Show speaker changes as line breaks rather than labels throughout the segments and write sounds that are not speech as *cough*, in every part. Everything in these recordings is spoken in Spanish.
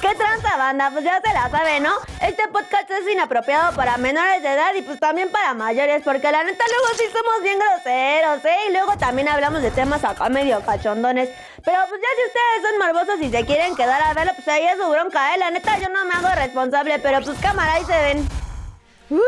¿Qué tranza, banda? Pues ya se la sabe, ¿no? Este podcast es inapropiado para menores de edad y pues también para mayores, porque la neta luego sí somos bien groseros, ¿eh? Y luego también hablamos de temas acá medio cachondones. Pero pues ya si ustedes son morbosos y se quieren quedar a verlo, pues ahí es su bronca, ¿eh? La neta yo no me hago responsable, pero pues cámara, ahí se ven.
¡Uh!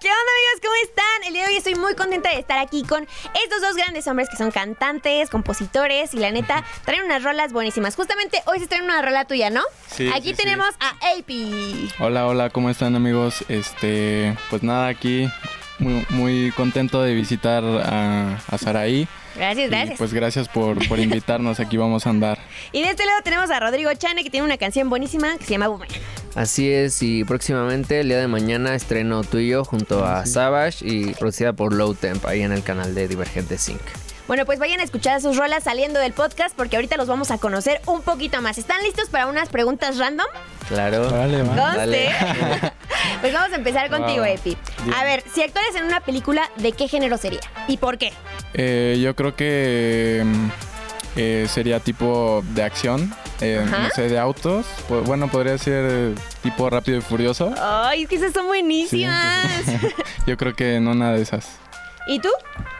¿Qué onda amigos? ¿Cómo están? El día de hoy estoy muy contenta de estar aquí con estos dos grandes hombres que son cantantes, compositores y la neta traen unas rolas buenísimas. Justamente hoy se traen una rola tuya, ¿no?
Sí,
Aquí
sí, sí.
tenemos a AP.
Hola, hola, ¿cómo están amigos? Este, pues nada, aquí muy, muy contento de visitar a, a Saraí.
Gracias,
Y
gracias.
pues gracias por, por invitarnos, aquí vamos a andar.
Y de este lado tenemos a Rodrigo Chane que tiene una canción buenísima que se llama Boomerang.
Así es, y próximamente el día de mañana estreno tuyo junto a Savage y producida por Low Temp ahí en el canal de Divergente Sync.
Bueno, pues vayan a escuchar sus rolas saliendo del podcast porque ahorita los vamos a conocer un poquito más. ¿Están listos para unas preguntas random?
Claro.
Órale, va.
Conste.
Dale. *laughs*
pues vamos a empezar contigo,
Wow.
Epi. A
Bien.
ver, si actuaras en una película, ¿de qué género sería? ¿Y por qué?
Eh, yo creo que mm, eh, sería tipo de acción, eh,
Ajá.
no sé, de autos. Po- Bueno, podría ser eh, tipo rápido y furioso.
Ay, es que esas son buenísimas.
*laughs* Yo creo que en una de esas.
¿Y tú?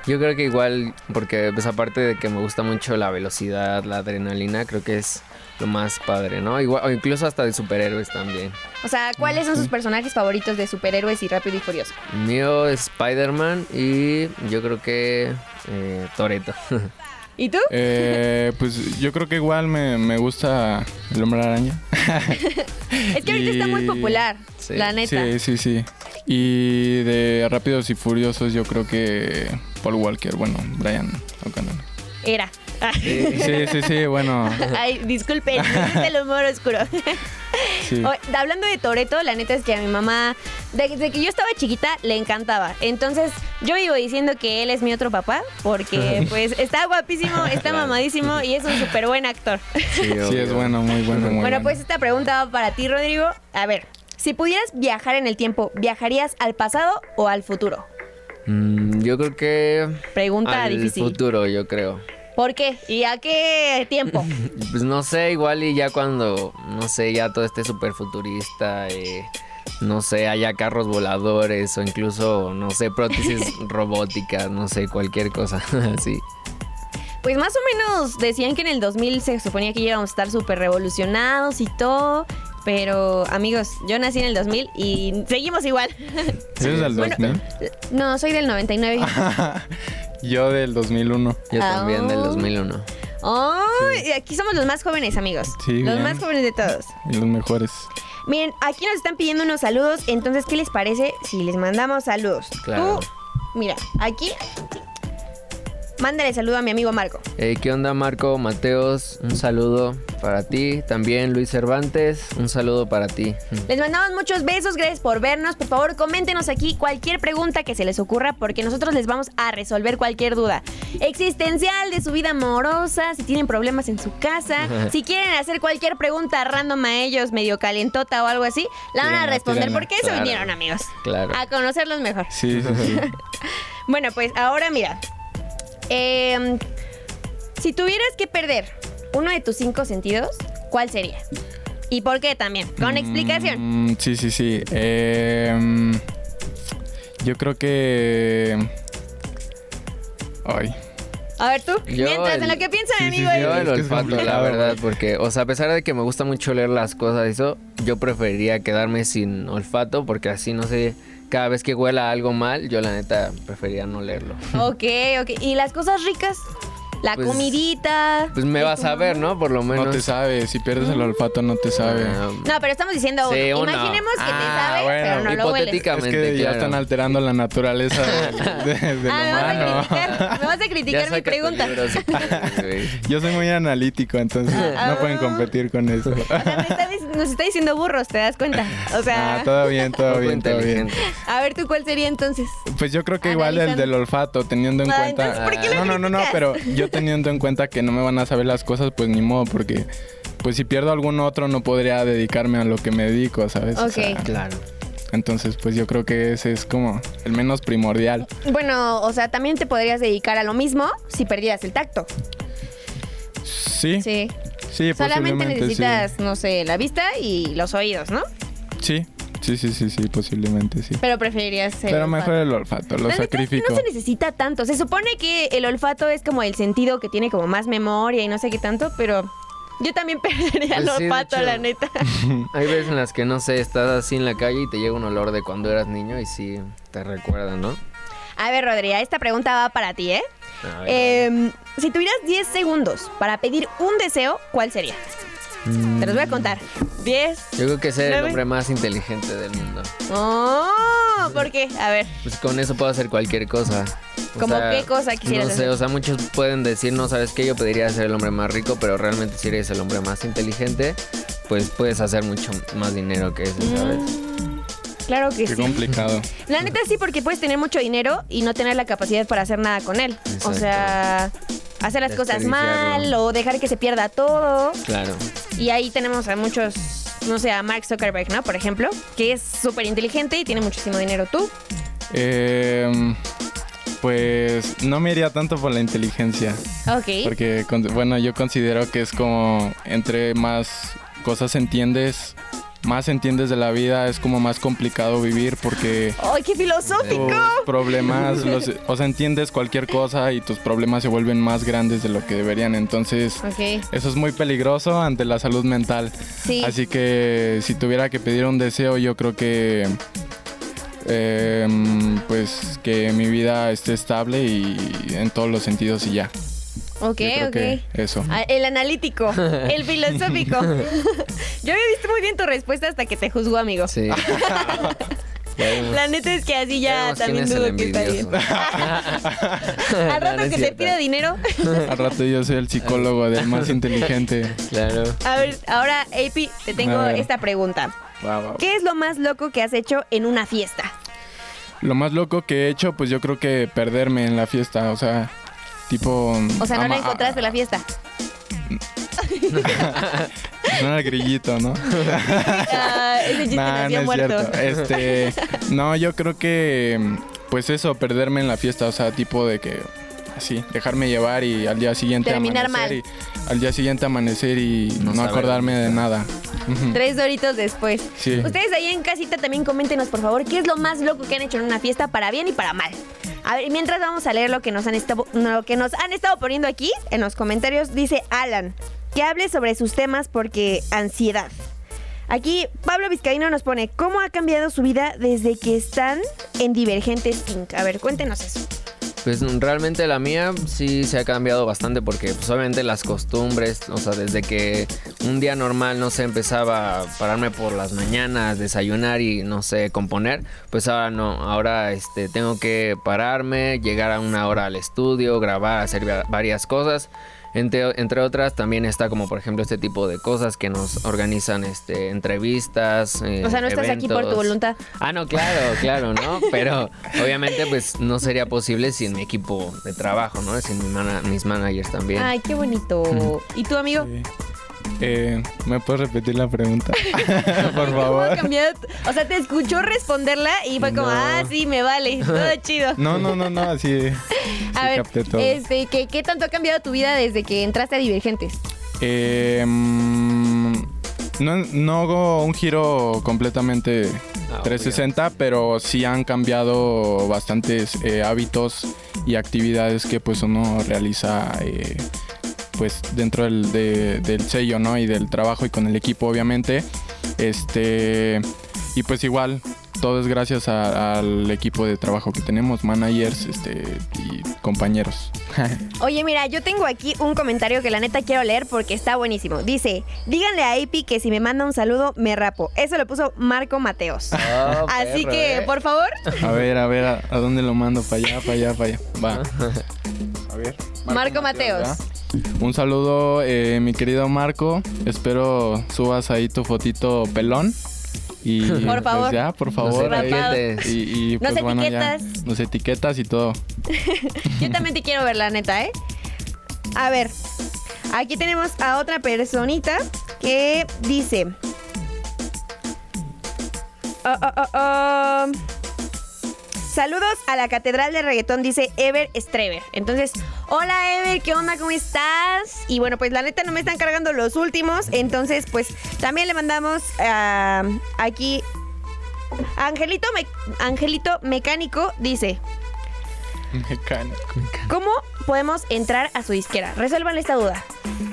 Yo creo que igual, porque pues aparte de que me gusta mucho la velocidad, la adrenalina, creo que es lo más padre, ¿no? Igual, o incluso hasta de superhéroes también.
O sea, ¿cuáles son sus personajes favoritos de superhéroes y Rápido y Furioso?
Mío es Spider-Man y yo creo que eh, *laughs* Toreto.
¿Y tú?
Eh, pues yo creo que igual me, me gusta el hombre araña.
es que ahorita está muy
Eh, y-
popular,
sí,
la neta.
Sí, sí, sí. Y de Rápidos y Furiosos yo creo que Paul Walker, bueno, Brian O'Connor.
Era. *laughs*
Sí, sí, sí, bueno.
Ay, disculpen, *laughs* es el humor oscuro.
Sí.
O- hablando de Toreto, la neta es que a mi mamá, de- desde que yo estaba chiquita, le encantaba. Entonces, yo vivo diciendo que él es mi otro papá, porque pues está guapísimo, está mamadísimo y es un súper buen actor.
Sí, es bueno, muy bueno, muy
bueno,
bueno.
pues esta pregunta va para ti, Rodrigo. A ver, si pudieras viajar en el tiempo, ¿viajarías al pasado o al futuro?
Mm, yo creo que...
Pregunta
al
difícil.
futuro, yo creo.
¿Por qué? ¿Y a qué tiempo?
Pues no sé, igual y ya cuando, no sé, ya todo esté súper futurista, eh, no sé, haya carros voladores o incluso, no sé, prótesis robóticas, no sé, cualquier cosa *laughs* así.
Pues más o menos decían que en el 2000 se suponía que íbamos a estar súper revolucionados y todo. Pero amigos, yo nací en el 2000 y seguimos igual. *laughs*
¿Eres del
Bueno.
2000?
No, soy del 99.
*laughs* Yo del 2001.
Yo
Ah.
también del 2001.
Oh, y aquí somos los más jóvenes, amigos.
Sí,
los
bien.
más jóvenes de todos.
Y los mejores.
Miren, aquí nos están pidiendo unos saludos. Entonces, ¿qué les parece si les mandamos saludos?
Claro.
Tú, mira, aquí. Mándale saludo a mi amigo Marco.
Eh, ¿Qué onda Marco, Mateos? Un saludo para ti. También Luis Cervantes, un saludo para ti.
Les mandamos muchos besos, gracias por vernos. Por favor, coméntenos aquí cualquier pregunta que se les ocurra porque nosotros les vamos a resolver cualquier duda. Existencial, de su vida amorosa, si tienen problemas en su
*laughs*
casa, si quieren hacer cualquier pregunta random a ellos, medio calentota o algo así, la van a
Tírala,
responder
tírala.
porque eso
Claro.
vinieron, amigos.
Claro.
A conocerlos mejor.
Sí, sí, sí.
Bueno, pues ahora mira. Em, si tuvieras que perder uno de tus cinco sentidos, ¿cuál sería? ¿Y por qué también? *laughs* Con explicación.
Mm, sí, sí, sí. Em, yo creo que... Ay.
A ver tú,
Yo
mientras
el-
en lo que piensan,
sí,
amigo.
sí,
Evi.
Yo
Es
el
que es
olfato, la
complicado,
verdad,
güey.
porque, o sea, a pesar de que me gusta mucho leer las cosas y eso, yo preferiría quedarme sin olfato porque así, no sé, cada vez que huela algo mal, yo la neta preferiría no leerlo.
Ok, ok. ¿Y las cosas ricas? La
Pues-
comidita.
Pues me
¿Y
vas
tu
a ver,
mamá?
¿no? Por lo menos.
No te sabe. Si pierdes el olfato, no te sabe.
Ah,
No, pero estamos diciendo uno.
Sí, uno.
Imaginemos que te
Ah,
sabe,
bueno,
pero no lo hueles.
Es
hipotéticamente,
que ya
claro.
están alterando la naturaleza del, de- del
Ah, me vas
humano.
a criticar, me vas a criticar mi
saca tu
pregunta.
libro, si quieres, güey.
Yo soy muy analítico, entonces
Ah,
no pueden
ah.
competir con eso.
O sea, me está dic- nos está diciendo burros, ¿te das cuenta? O sea,
*laughs* Ah, todo bien, *laughs* todo
Poco
bien, todo bien.
inteligente.
a ver tú cuál sería entonces.
Pues yo creo que igual el
Analizando.
del olfato, teniendo en
Ah,
cuenta.
entonces, ¿por qué lo
no, no, no, no,
criticas?
pero yo teniendo en cuenta que no me van a saber las cosas, pues ni modo, porque pues si pierdo algún otro no podría dedicarme a lo que me dedico, ¿sabes? O
Ok.
sea,
Claro.
entonces, pues yo creo que ese es como el menos primordial.
Bueno, o sea, también te podrías dedicar a lo mismo si perdieras el tacto.
Sí, sí,
Sí.
Sí,
Solamente
posiblemente, sí.
necesitas, no sé, la vista y los oídos, ¿no?
Sí, sí, sí, sí, sí, posiblemente sí.
Pero preferirías ser.
Pero mejor el olfato, lo
La neta es que
sacrifico.
No se necesita tanto. Se supone que el olfato es como el sentido que tiene como más memoria y no sé qué tanto, pero yo también *laughs* perdería el
Pues sí, de
olfato,
hecho.
la neta.
Mm.
Hay veces en las que no sé, estás así en la calle y te llega un olor de cuando eras niño y sí te recuerda, ¿no?
A ver, Rodri, esta pregunta va para ti, ¿eh?
A ver,
Eh, si tuvieras 10 segundos para pedir un deseo, ¿cuál sería?
Mm.
Te los voy a contar. 10.
Yo creo que ser el
nueve.
hombre más inteligente del mundo.
Oh, ¿por qué? A ver.
Pues con eso puedo hacer cualquier cosa. O
¿Cómo qué cosa quisieras
No sé,
hacer?
o sea, muchos pueden decir, no sabes qué, yo pediría ser el hombre más rico, pero realmente si eres el hombre más inteligente, pues puedes hacer mucho más dinero que eso,
Mm.
¿sabes?
Claro que
Qué
sí.
complicado.
La neta sí, porque puedes tener mucho dinero y no tener la capacidad para hacer nada con él. O
Exacto.
sea, hacer las cosas mal
Desperdiciarlo.
o dejar que se pierda todo.
Claro.
Y ahí tenemos a muchos, no sé, a Mark Zuckerberg, ¿no? Por ejemplo, que es súper inteligente y tiene muchísimo dinero. ¿Tú?
Eh, pues no me iría tanto por la inteligencia.
Ok.
Porque, con- bueno, yo considero que es como entre más cosas entiendes, más entiendes de la vida, es como más complicado vivir porque
¡Ay, qué filosófico! *laughs*
tus problemas, los- o sea, entiendes cualquier cosa y tus problemas se vuelven más grandes de lo que deberían. Entonces,
Ok.
eso es muy peligroso ante la salud mental.
Sí.
Ah,
Así que si tuviera que pedir un deseo, yo creo que... eh, pues que mi vida esté estable y en todos los sentidos y ya.
Ok,
Yo creo
ok.
que eso.
Ah, El
*laughs*
analítico, el filosófico. Yo había visto muy bien tu respuesta hasta que te juzgo, amigo. *laughs*
Sí. Ya vemos-
La neta es que así ya
vemos quién
también
es el
dudo que está bien.
envidioso.
*laughs* Al
No,
rato
*laughs* no es
que te
cierto.
pida dinero.
*laughs* Al rato yo soy el psicólogo del más inteligente.
Claro.
A ver, ahora, AP, te tengo
A ver.
esta pregunta.
Va, va, va.
¿Qué es lo más loco que has hecho en una fiesta?
Lo más loco que he hecho, pues yo creo que perderme en la fiesta, o sea, tipo...
O sea, no
ama-
la encontraste en la fiesta.
*laughs* No era el grillito, ¿no?
Ah, ese chiste
Nah,
nació
no es
muerto.
cierto.
*laughs*
Este, no, yo creo que, pues eso, perderme en la fiesta, o sea, tipo de que, así, dejarme llevar y al día siguiente
Terminar
amanecer y- al día siguiente amanecer y
No
no,
saber
acordarme
dónde
de
está.
nada. Ujú.
Tres doritos después.
Sí.
Ustedes ahí en casita también coméntenos, por favor, qué es lo más loco que han hecho en una fiesta, para bien y para mal. A ver, mientras vamos a leer lo que nos han estado, lo que nos han estado poniendo aquí en los comentarios, dice Alan, que hable sobre sus temas porque ansiedad. Aquí Pablo Vizcaíno nos pone, ¿cómo ha cambiado su vida desde que están en Divergentes Inc? A ver, cuéntenos eso.
Pues realmente la mía sí se ha cambiado bastante porque pues, obviamente las costumbres, o sea, desde que un día normal no sé, empezaba a pararme por las mañanas, desayunar y no sé, componer, pues ahora no, ahora este tengo que pararme, llegar a una hora al estudio, grabar, hacer va- varias cosas. Entre, entre otras también está como por ejemplo este tipo de cosas que nos organizan este entrevistas. eh,
O sea, no estás aquí por tu
eventos.
voluntad.
Ah, no, claro, claro, ¿no? Pero obviamente pues no sería posible sin mi equipo de trabajo, ¿no? Sin mi mana- mis managers también.
Ay, qué bonito. ¿Y tú, amigo?
Sí. Eh, ¿Me puedes repetir
*laughs*
la pregunta? *laughs* Por
¿Cómo ha
favor.
cambiado tu- O sea, te escuchó responderla y fue como,
No.
ah, sí, me vale, todo chido.
No, no, no, no, así. sí
A ver,
capté todo.
este, ¿qué, qué tanto ha cambiado tu vida desde que entraste a Divergentes?
Eh, mm, no, no hago un giro completamente
Ah,
360, pero sí han cambiado bastantes eh, hábitos y actividades que pues uno realiza eh, pues dentro del, de- del sello, ¿no? Y del trabajo y con el equipo, obviamente. Este y pues igual todo es gracias a- al equipo de trabajo que tenemos, managers, este y compañeros.
Oye, mira, yo tengo aquí un comentario que la neta quiero leer porque está buenísimo. Dice, díganle a Epi que si me manda un saludo, me rapo. Eso lo puso Marco Mateos.
Oh,
*laughs* Así
perro,
que,
¿eh?
por favor.
A ver, a ver, ¿a, a dónde lo mando? Para allá, para allá, para allá. Va. A ver.
Marco Mateos.
¿verdad? Un saludo, eh, mi querido Marco. Espero subas ahí tu fotito pelón. Y
Por
pues,
favor.
ya, por
Nos
favor. ahí.
etiquetes.
Y, y,
Nos
pues bueno, ya.
etiquetas.
Nos etiquetas y todo.
Yo también te quiero ver, la neta, ¿eh? A ver, aquí tenemos a otra personita que dice... Oh, oh, oh, oh. Saludos a la Catedral de Reggaetón, dice Ever Strever. Entonces, hola Ever, ¿qué onda? ¿Cómo estás? Y bueno, pues la neta no me están cargando los últimos. Entonces, pues también le mandamos ah, aquí. Angelito, Me- Angelito Mecánico dice:
Mecánico.
¿Cómo podemos entrar a su disquera? Resuélvanle esta duda.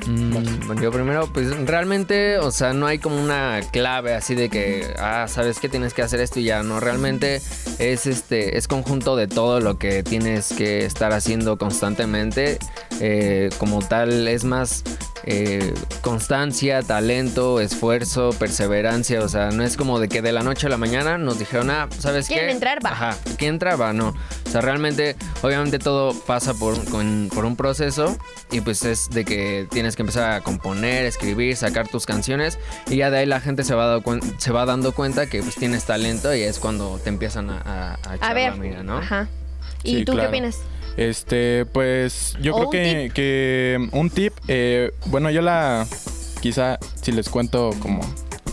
Mm, bueno, yo primero, pues realmente, o sea, no hay como una clave así de que, ah, sabes que tienes que hacer esto y ya, no, realmente es este, es conjunto de todo lo que tienes que estar haciendo constantemente, Eh, como tal es más eh, constancia, talento, esfuerzo, perseverancia, o sea, no es como de que de la noche a la mañana nos dijeron, ah, sabes qué,
¿Quieren entrar? Va.
Ajá, ¿quién entra? Va, no. O sea, realmente, obviamente todo pasa por, con- por un proceso y pues es de que tienes que empezar a componer, escribir, sacar tus canciones y ya de ahí la gente se va, dado cuen- se va dando cuenta que pues tienes talento y es cuando te empiezan a, a, a echar
A
la
ver.
mira, ¿no?
Ajá. ¿Y
Sí,
tú
claro.
qué opinas?
Este, pues yo
O
creo
un
que,
tip.
que un tip, eh, bueno, yo la, quizá si les cuento como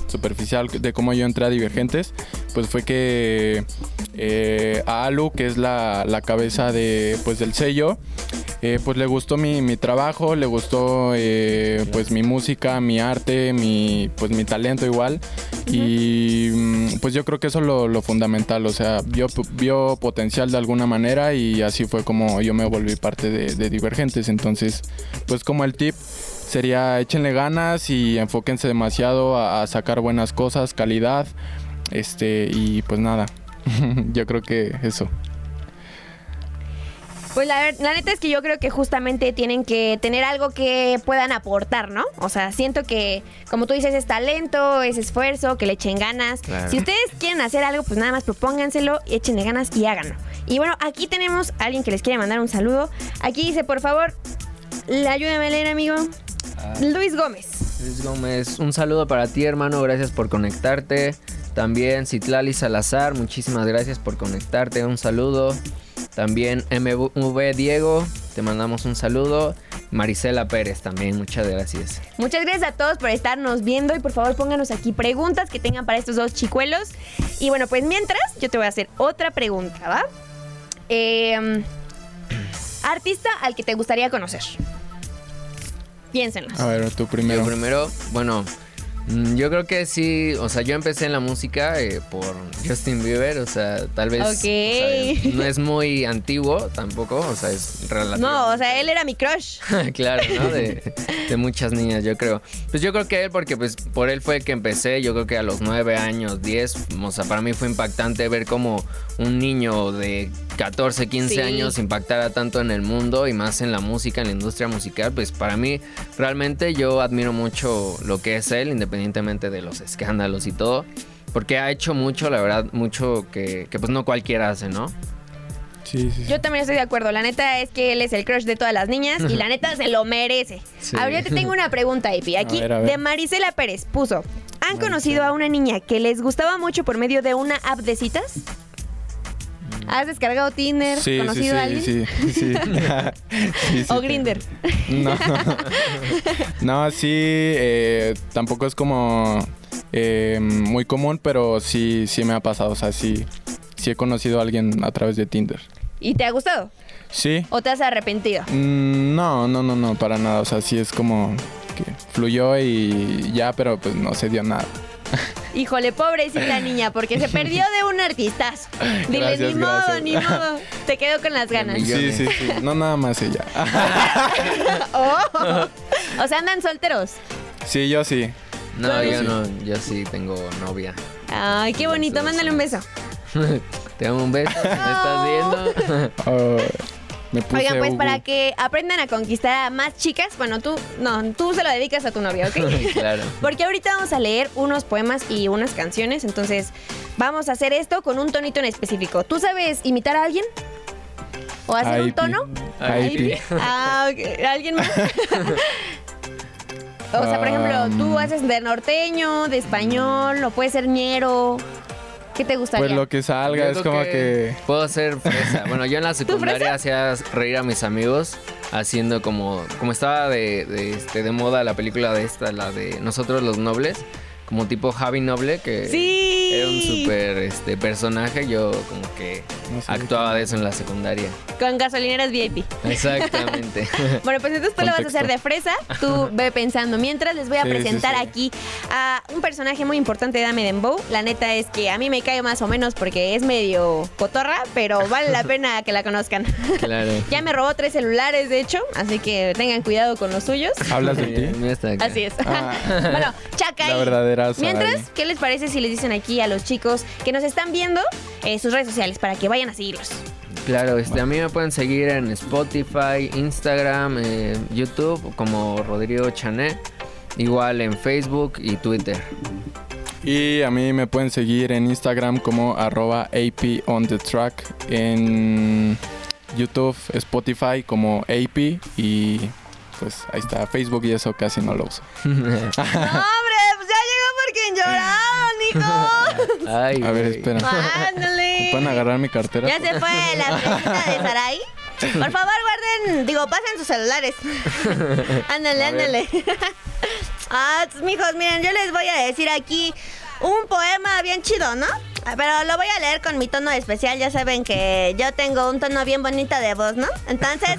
superficial de cómo yo entré a Divergentes, pues fue que eh, a Alu, que es la, la cabeza de, pues, del sello, eh, pues le gustó mi, mi trabajo, le gustó eh, pues mi música, mi arte, mi, pues mi talento igual. Y mm, pues yo creo que eso es lo, lo fundamental, o sea, vio, vio potencial de alguna manera y así fue como yo me volví parte de, de Divergentes. Entonces, pues como el tip sería échenle ganas y enfóquense demasiado a, a sacar buenas cosas, calidad, este, y pues nada, *laughs* yo creo que eso.
Pues la, ver- la neta es que yo creo que justamente tienen que tener algo que puedan aportar, ¿no? O sea, siento que, como tú dices, es talento, es esfuerzo, que le echen ganas.
Claro.
Si ustedes quieren hacer algo, pues nada más propónganselo, échenle ganas y háganlo. Y bueno, aquí tenemos a alguien que les quiere mandar un saludo. Aquí dice, por favor, le- ayúdame a leer, amigo. Luis Gómez.
Luis Gómez, un saludo para ti, hermano. Gracias por conectarte. También Citlali Salazar, muchísimas gracias por conectarte. Un saludo. También MV Diego, te mandamos un saludo. Marisela Pérez también, muchas gracias.
Muchas gracias a todos por estarnos viendo y por favor pónganos aquí preguntas que tengan para estos dos chicuelos. Y bueno, pues mientras yo te voy a hacer otra pregunta, ¿va? Eh, artista al que te gustaría conocer. Piénsenlo.
A ver, tú
Yo
primero.
primero, bueno, mm, yo creo que sí, o sea, yo empecé en la música eh, por Justin Bieber, o sea, tal vez o
Ok.
sea, no es muy antiguo tampoco, o sea, es relativo.
No, o sea, él era mi crush.
*laughs* claro, ¿no? De, de muchas niñas, yo creo. Pues yo creo que él, porque pues por él fue que empecé, yo creo que a los nueve años, 10, o sea, para mí fue impactante ver cómo un niño de 14, 15
Sí.
años impactara tanto en el mundo y más en la música, en la industria musical, pues para mí realmente yo admiro mucho lo que es él, independientemente de los escándalos y todo. Porque ha hecho mucho, la verdad, mucho que, que pues no cualquiera hace, ¿no?
Sí, sí, sí.
Yo también estoy de acuerdo. La neta es que él es el crush de todas las niñas y la neta se lo merece.
Sí.
Ahora yo te tengo una pregunta, Epi. Aquí
ver, a ver.
de Marisela Pérez puso. ¿Han conocido a una niña que les gustaba mucho por medio de una app de citas? ¿Has descargado Tinder?
Sí,
¿Conocido
sí, sí,
a alguien?
sí,
*laughs*
*laughs* sí. Sí, sí,
¿O
tengo.
Grinder?
*laughs* No, no sí, eh, tampoco es como eh, muy común, pero sí, sí me ha pasado, o sea, sí, sí he conocido a alguien a través de Tinder.
¿Y te ha gustado?
Sí,
¿O te has arrepentido?
Mm, no, no, no, no, para nada, o sea, sí es como que fluyó y ya, pero pues no se dio nada.
Híjole,
*laughs*
pobrecita niña, porque se perdió de un artistazo. Dile,
Gracias,
ni modo,
gracias.
ni
*laughs*
modo. Te quedo con las ganas. *laughs*
Sí, sí, sí, *laughs* no nada más ella.
Oh. *laughs* O sea, andan solteros.
Sí, yo sí.
No, yo no, yo sí tengo novia.
Ay, qué bonito. Mándale un beso.
Te damos un beso, ¿me estás viendo? *laughs*
Oh, me puse
Oigan, pues
Hugo.
para que aprendan a conquistar a más chicas, bueno, tú, no, tú se lo dedicas a tu novia,
*laughs*
¿ok?
claro.
Porque ahorita vamos a leer unos poemas y unas canciones, entonces vamos a hacer esto con un tonito en específico. ¿Tú sabes imitar a alguien? ¿O hacer un
IP.
tono? *laughs*
IP.
Ah, ok. ¿Alguien
*laughs*
más? o sea, por ejemplo, tú
Um,
haces de norteño, de español, o puede ser ñero. ¿Qué te gustaría?
Pues lo que salga
Yo
es
creo
como que...
Puedo ser fresa. Bueno, yo en la secundaria hacía reír a mis amigos haciendo como... Como estaba de, de, este, de moda la película de esta, la de Nosotros los Nobles, como tipo Javi Noble, que...
Sí.
era ser un super este, personaje, yo como que
No sé.
actuaba de eso en la secundaria.
Con gasolineras VIP.
Exactamente. *laughs*
Bueno, pues entonces tú lo vas a
Contexto.
hacer de fresa.
*laughs*
Tú ve pensando. Mientras les voy a
Sí, sí,
presentar
sí.
aquí a un personaje muy importante de Dame Dembow. La neta es que a mí me cae más o menos porque es medio cotorra,
*laughs*
pero vale la pena que la conozcan.
claro.
ya me robó tres celulares, de hecho, así que tengan cuidado con los suyos.
¿Hablas de
El
ti?
mío está acá.
Así *laughs*
*laughs*
es.
Ah,
bueno, Chacay.
la verdadera Sarai.
Mientras, ¿qué les parece si les dicen aquí a los chicos que nos están viendo eh, sus redes sociales para que vayan a
*laughs*
seguirlos?
Claro, este, a mí me pueden seguir en Spotify, Instagram, eh, YouTube como Rodrigo Chané, igual en Facebook y
*laughs*
Twitter.
Y a mí me pueden seguir en Instagram como arroba AP on the track, en YouTube, Spotify como AP y pues ahí está Facebook y eso casi no lo uso.
¡No, hombre! Pues ya llegó por quien lloraron, Nico.
Ay,
A ver,
güey.
espera. *laughs*
¡Ándale!
¿Pueden agarrar mi cartera?
Ya se fue la fresita de Sarai. Por favor, guarden, digo, pasen sus celulares. Ándale, ándale. *laughs* Ah, mijos, miren, yo les voy a decir aquí un poema bien chido, ¿no? Ah, Pero lo voy a leer con mi tono especial, ya saben que yo tengo un tono bien bonito de voz, ¿no? Entonces,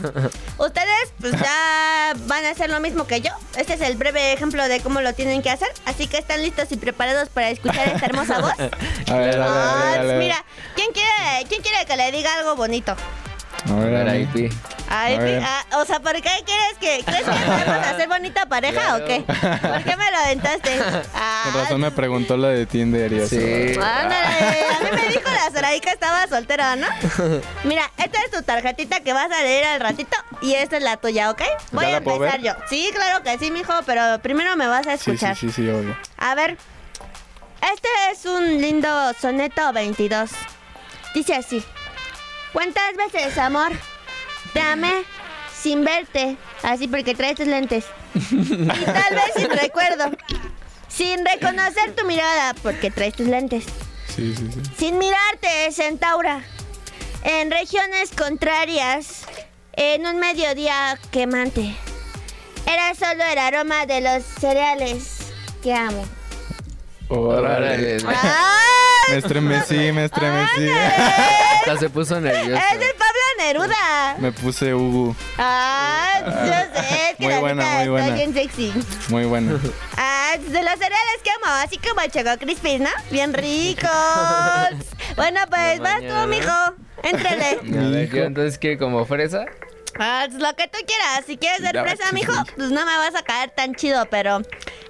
ustedes pues ya van a hacer lo mismo que yo. Este es el breve ejemplo de cómo lo tienen que hacer, así que están listos y preparados para escuchar esta hermosa voz.
A ver, a ver, a ver,
Ah,
a ver.
mira, ¿quién quiere, ¿quién quiere que le diga algo bonito?
A
A
ver, a
ver,
ver.
ahí, pi.
Ay,
A ver.
ah, o sea, ¿por qué quieres que crees
*laughs*
que vamos a hacer bonita pareja
Claro.
o qué? ¿Por qué me lo aventaste? Ah,
Con razón me preguntó la de Tinder y eso.
Sí.
Ándale, a mí me dijo la Saraí que estaba soltera,
*laughs*
¿no? Mira, esta es tu tarjetita que vas a leer al ratito y esta es la tuya, ¿ok? Voy
¿Ya
a
la puedo
empezar yo.
ver?
Sí, claro que sí, mijo, pero primero me vas a
Sí, sí,
escuchar.
sí, sí, obvio.
A ver, este es un lindo soneto 22. Dice así. ¿Cuántas veces, amor? Te amé sin verte, así porque traes tus lentes. Y tal vez
*laughs*
sin recuerdo. Sin reconocer tu mirada, porque traes tus lentes.
Sí, sí, sí.
Sin mirarte, centaura. En regiones contrarias, en un mediodía quemante. Era solo el aroma de los cereales que
*laughs*
amo.
Órale.
¡Ay!
Me estremecí, me estremecí.
Hasta se puso nervioso.
¡Es de Pablo Neruda!
*laughs* Me puse Hugo.
¡Ah! Yo sé, es que
Muy
la
buena,
neta
muy
está
buena.
bien sexy.
Muy *laughs* bueno.
¡Ah! De los cereales que amo, así como Choco Crispis, ¿no? ¡Bien
*laughs*
ricos! Bueno, pues vas
mañana.
tú, mijo. Éntrele.
*laughs*
A ver, ¿qué? entonces que como fresa.
Ah, lo que tú quieras. Si quieres ser
Ya,
fresa,
sí,
mijo,
sí.
pues no me vas a caer tan chido, pero.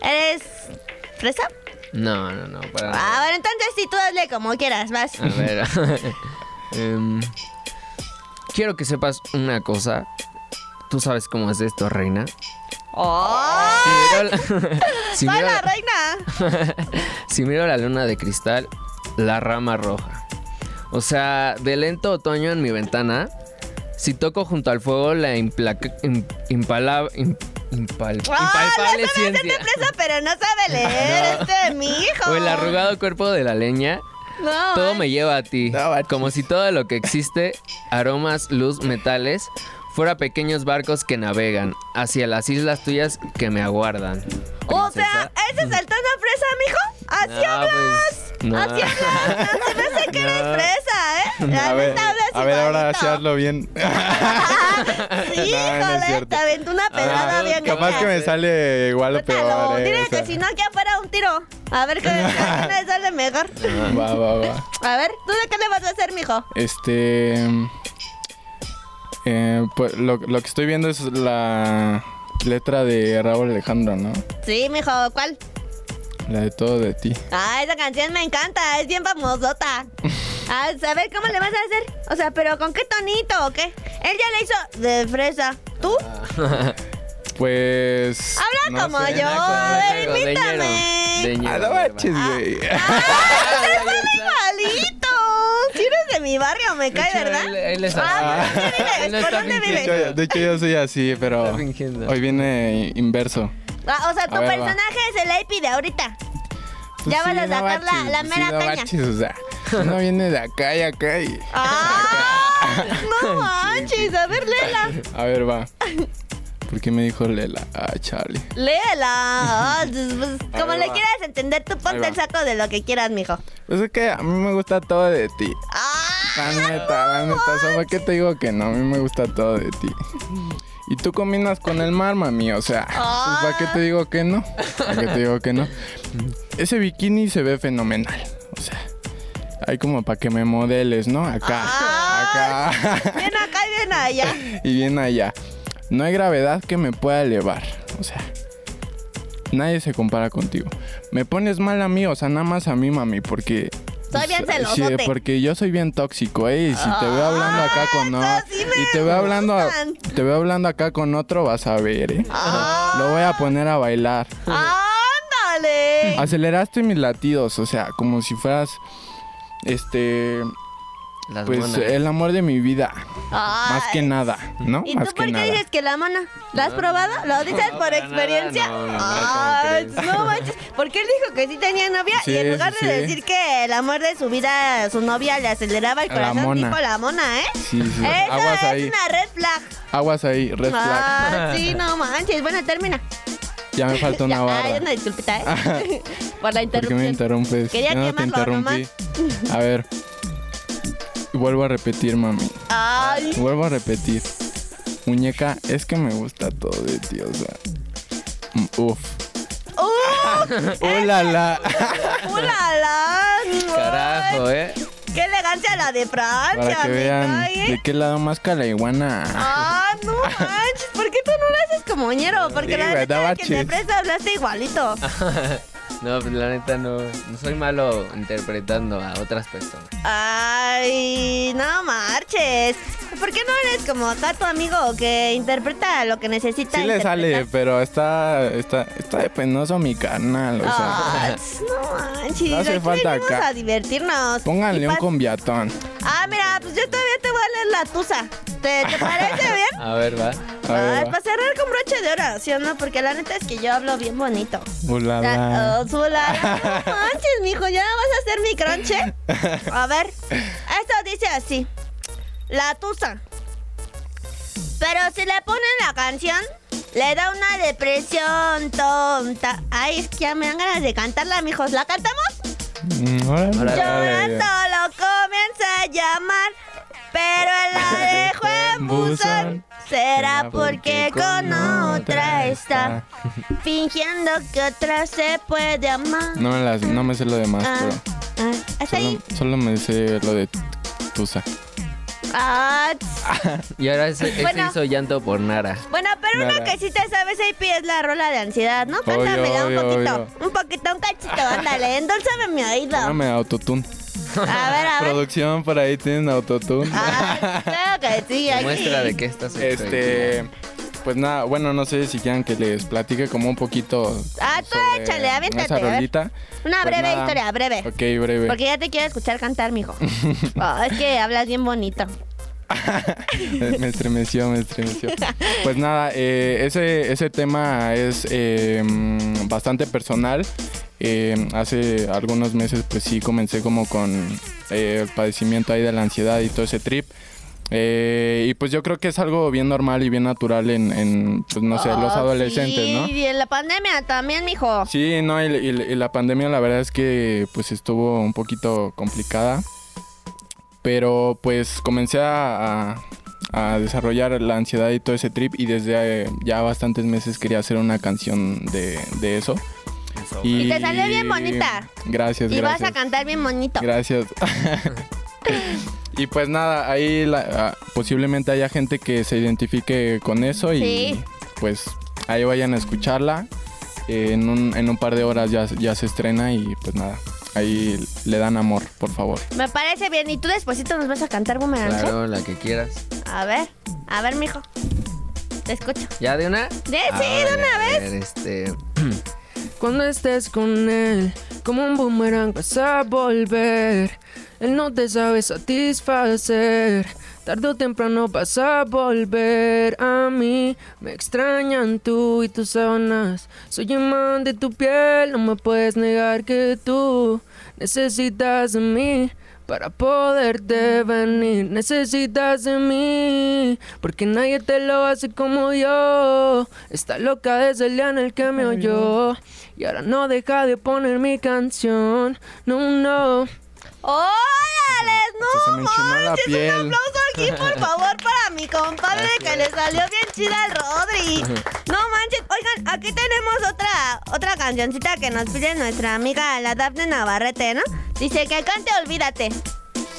¿Eres fresa?
No, no, no, para
Ah,
nada.
bueno, entonces sí, tú hazle como quieras, vas.
A ver.
*laughs*
Em, quiero que sepas una cosa. Tú sabes cómo es esto, reina.
¡Oh!
Si miro la- *laughs* si
¡Soy
miro
la
la-
reina!
si miro la luna de cristal, la rama roja. O sea, de lento otoño en mi ventana, si toco junto al fuego la implaca- im- impala- im- impal-
Ah,
impalpable
la sabes
ciencia.
fresa, pero no sabe leer. Este mi hijo.
O el arrugado cuerpo de la leña,
No,
todo
man.
me lleva a ti.
No manches.
Como si todo lo que existe, aromas, luz, metales, fuera pequeños barcos que navegan hacia las islas tuyas que me aguardan.
O sea,
princesa.
ese es el tono fresa, mijo. Así
No,
hablas.
pues, no.
Así hablas.
*laughs*
No se me hace que eres
No.
fresa, ¿eh? La
A ver,
neta hablas
a ver ahora
igualito.
sí
*laughs*
hazlo bien.
Sí,
*laughs* No, no es
híjole,
cierto.
te aventó una pedrada
*laughs*
Ah,
bien
Capaz que me sale igual o
Suéltalo,
peor. eh,
Dile
o sea.
que si no, que fuera un tiro. A ver qué a quién le sale mejor.
*laughs* Va, va, va.
A ver, ¿tú de qué le vas a hacer, mijo?
Este. eh, pues lo, lo que estoy viendo es la letra de Raúl Alejandro, ¿no?
Sí, mijo, ¿cuál?
La de todo de ti.
Ah, esa canción me encanta, es bien
*laughs*
famosota. Ah, a ver, ¿cómo le vas a hacer? O sea, ¿pero con qué tonito o qué? Él ya le hizo de fresa. ¿Tú?
Pues.
Habla
no
como
sé.
yo, a ver,
Algo
invítame.
deñero, deñero,
Ah, no
barba.
manches, güey.
ah,
Ah,
*laughs* ¡Igualito! Si eres de mi barrio, me
De
cae,
hecho,
¿verdad?
Él, él está-
Ah, ¿por dónde vives?
Él no
¿Por
está
dónde
fingiendo.
vives?
*laughs* Yo- de hecho, yo soy así, pero.
Está fingiendo.
Hoy viene inverso.
Ah, o sea,
A
tu
ver, va.
personaje es el AP de
*laughs*
ahorita.
Pues
Ya vas a
no
sacar la-
manches,
la
pues
mera
no
caña.
manches, o sea, uno viene de acá y acá y.
¡Ah! ¡No manches! A ver, Lela.
A ver, va. ¿Por qué me dijo Lela? Ah, Charlie. *laughs*
Léela. Ah, pues, pues, como
Ahí
le
va.
quieras entender, tú ponte
va.
el saco de lo que quieras, mijo.
Pues es que a mí me gusta todo de ti.
¡Ah!
*laughs* La neta, la neta, ¿sabes qué te digo que no? A mí me gusta todo de ti. Y tú combinas con el mar, mami, o sea, pues, ¿para qué te digo que no? ¿Para qué te digo que no? Ese bikini se ve fenomenal, o sea, hay como para que me modeles, ¿no? Acá,
Ah.
acá
Bien acá y bien
*laughs*
allá.
y bien allá. No hay gravedad que me pueda elevar, o sea, nadie se compara contigo. Me pones mal a mí, o sea, nada más a mí, mami, porque...
Soy bien
pues,
celosote.
Sí, porque yo soy bien tóxico, ¿eh? Y si te veo hablando acá con otro...
Ah, esas sí me
y te veo hablando, a-
gustan.
te veo hablando acá con otro, vas a ver, ¿eh?
Ah.
Lo voy a poner a bailar.
¡Ándale!
Aceleraste mis latidos, o sea, como si fueras... Este...
Las
Pues
monas.
el amor de mi vida.
Ay.
Más que nada, ¿no?
¿Y
Más
tú por
que
qué
nada.
dices que la mona? ¿La has probado? ¿Lo dices
No,
por
para nada,
experiencia?
no, no, no,
Ah,
¿cómo crees?
no manches. Porque él dijo que sí tenía novia y
Sí,
en lugar
sí,
de
sí.
decir que el amor de su vida, su novia le aceleraba el
A la
corazón,
mona.
dijo la mona, ¿eh?
Sí, sí.
Eso
Aguas
es
ahí.
una red flag.
Aguas ahí, red flag.
Ah,
*laughs*
sí, no manches. Bueno, termina.
Ya me falta
*laughs*
una
Ya,
barra.
ay,
*laughs*
una disculpita, ¿eh? por la
¿Por qué Ah, me
interrupción.
interrumpes?
Quería
Yo no te
quemarlo,
interrumpí. A ver. Vuelvo a repetir, mami.
Ay,
Vuelvo a repetir. Muñeca, es que me gusta todo de ti, o sea. mm, Uf. *laughs*
¡uh!
¡Hola, la!
¡Ulala!
Carajo, ¿eh?
¡Qué elegancia la de Francia,
*laughs* Para que
amiga,
vean
¿eh?
de qué lado más la iguana.
Ah, no manches, ¿por qué tú no lo haces como ñero? Porque
Sí,
la
güey,
verdad
daba
que te
chis.
presta hablaste igualito.
No, pues la neta no. no soy malo interpretando a otras personas.
Ay, no marches. ¿Por qué no eres como acá tu amigo que interpreta lo que necesita?
Sí le sale,
interpretar?
pero está, está, está de penoso mi canal, pues, o sea.
Ah, tss, no manches,
No hace
aquí
falta
venimos
acá.
a divertirnos.
Pónganle un
Y pas-
combiatón.
Ah, mira, pues yo todavía te voy a leer la tusa. ¿Te,
*laughs*
te parece bien?
A ver, va.
A
Ay,
ver,
para cerrar con broche de oro, ¿sí o no? Porque la neta es que yo hablo bien bonito.
hola,
Ah,
la.
Úrsula, no manches, mijo, ¿ya vas a hacer mi cronche? A ver, esto dice así. La tusa. Pero si le ponen la canción, le da una depresión tonta. Ay, es que ya me dan ganas de cantarla, mijos. ¿La cantamos?
Mm, órale.
Órale.
Llorando lo comienza a llamar, pero él *laughs* la dejó en buzón. Será porque con otra está, fingiendo que otra se puede amar.
No me, las, no me sé lo demás,
Ah,
pero.
ah, hasta ahí.
Solo, solo me sé lo de Tusa.
Ah, tss.
Y ahora ese, ese
Bueno.
hizo llanto por Nara.
bueno, pero una
Nada.
que sí te sabes, AP, es la rola de ansiedad, ¿no?
Obvio,
Cántamela un
obvio,
poquito.
obvio.
Un poquito, un cachito, ándale. Endulzame mi oído.
No me autotune.
A ver, a ver.
Producción por ahí tienen autotune.
*laughs* Ah, claro que sí, aquí.
Muestra de qué estás hecho,
Este. Pues nada, bueno, no sé si quieran que les platique como un poquito.
Ah, tú
sobre
échale, aviéntate,
Esa
a ver.
rolita.
Una
Pues
breve
nada.
historia, breve.
Ok, breve.
Porque ya te quiero escuchar cantar,
*laughs*
mijo. Oh, es que hablas bien bonito.
*laughs* me estremeció, me estremeció. Pues nada, eh, ese, ese tema es eh, mm, bastante personal. Eh, hace algunos meses pues sí comencé como con eh, el padecimiento ahí de la ansiedad y todo ese trip. Eh, y pues yo creo que es algo bien normal y bien natural en, en, pues no sé,
Ah,
los
Oh,
adolescentes,
sí,
¿no?
Y en la pandemia también, mijo.
Sí, no, y, y- y la pandemia la verdad es que pues estuvo un poquito complicada. Pero pues comencé a, a- a desarrollar la ansiedad y todo ese trip y desde eh, ya bastantes meses quería hacer una canción de, de eso. Y,
Y te salió bien bonita.
Gracias,
y vas
pues, gracias.
a cantar bien bonito.
Gracias. *laughs* y pues nada, ahí la- ah, posiblemente haya gente que se identifique con eso y
Sí.
pues ahí vayan a escucharla. Eh, en, un, en un par de horas ya, ya se estrena y pues nada, ahí le dan amor, por favor.
Me parece bien. Y tú despuesito nos vas a cantar boomerang. ¿eh?
Claro, la que quieras.
A ver, a ver, mijo. Te escucho.
¿Ya de una?
De-
A
sí, de
ver,
una vez.
Este.
Cuando estés con él, como un boomerang vas a volver. Él no te sabe satisfacer. Tarde o temprano vas a volver a mí. Me extrañan tú y tus sábanas. Soy imán de tu piel, no me puedes negar que tú necesitas de mí. Para poderte venir necesitas de mí, porque nadie te lo hace como yo. Está loca desde el día en el que me oyó y ahora no deja de poner mi canción. No, no.
¡Órale!
Hasta se
¡No
me enchinó la
manches!
piel.
Un aplauso
*laughs*
aquí, por favor, para mi compadre que le salió bien chida al Rodri. ¡No manches! Oigan, aquí tenemos otra, otra cancioncita que nos pide nuestra amiga, la Dafne Navarrete, ¿no? Dice que cante Olvídate.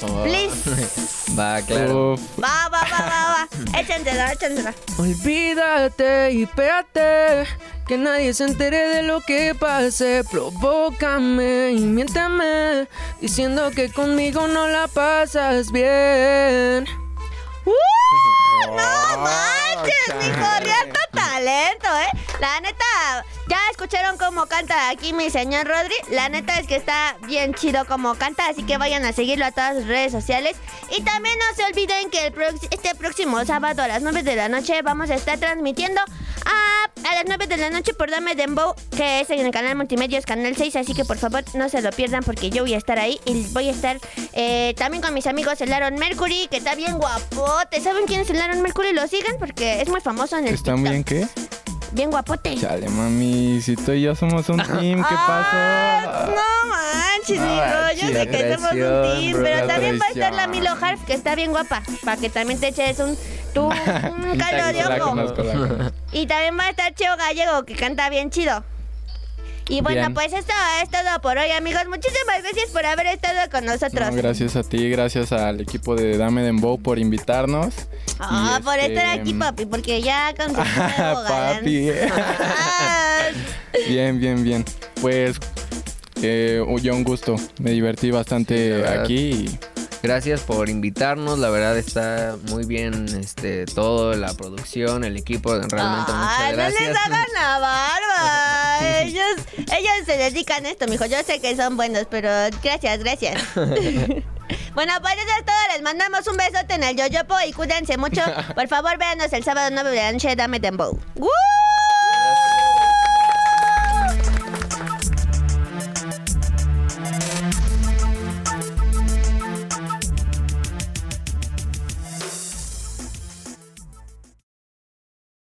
Ah.
Please.
Va, claro.
Uf,
Va, va, va, va,
*laughs*
va. Échensela, échensela.
Olvídate y espérate que nadie se entere de lo que pase. Provócame y miéntame diciendo que conmigo no la pasas bien.
¡Uh! ¡No
Oh,
manches! Mi
chale.
corriente talento, ¿eh? La neta, ya escucharon cómo canta aquí mi señor Rodri. La neta es que está bien chido como canta, así que vayan a seguirlo a todas sus redes sociales. Y también no se olviden que el prox- este próximo sábado a las 9 de la noche vamos a estar transmitiendo a, a las 9 de la noche por Dame Dembow, que es en el canal Multimedios, Canal 6. Así que por favor no se lo pierdan porque yo voy a estar ahí y voy a estar eh, también con mis amigos el Aaron Mercury, que está bien guapote. ¿Saben quién es el Aaron Mercury? Lo sigan porque es muy famoso en el
¿Está
TikTok.
muy bien qué?
Bien guapote.
Chale, mami, si tú y yo somos un team, ¿qué
Ah,
pasó?
No manches, mi
Ah,
rollo de
sí,
que somos
traición,
un team.
bro,
Pero también va a
traición.
estar la Milo Harf, que está bien guapa. Para que también te eches un, tú, un caldo de
Y también
La
ojo.
conozco, la conozco.
Y también va a estar Cheo Gallego, que canta bien chido. Y bueno,
Bien.
pues esto es todo por hoy, amigos. Muchísimas gracias por haber estado con nosotros.
No, gracias a ti, gracias al equipo de Dame Dembow por invitarnos.
Ah,
Y,
por
este,
estar aquí, papi, porque ya con
*laughs*
su nuevo galán.
Papi.
Ah,
*laughs* Bien, bien, bien. Pues eh, yo un gusto. Me divertí
Sí,
bastante
la verdad.
aquí. y-
Gracias por invitarnos. La verdad está muy bien este todo, la producción, el equipo. Realmente
Ay,
muchas
no
gracias.
les hagan la
*laughs*
barba. Ellos, ellos se dedican a esto, mijo. Yo sé que son buenos, pero gracias,
*laughs*
gracias. *laughs* bueno, pues eso es todo. Les mandamos un
*laughs*
besote en el yoyopo y cuídense mucho. Por favor, véanos el sábado 9 de la noche. Dame Dembow. ¡Woo!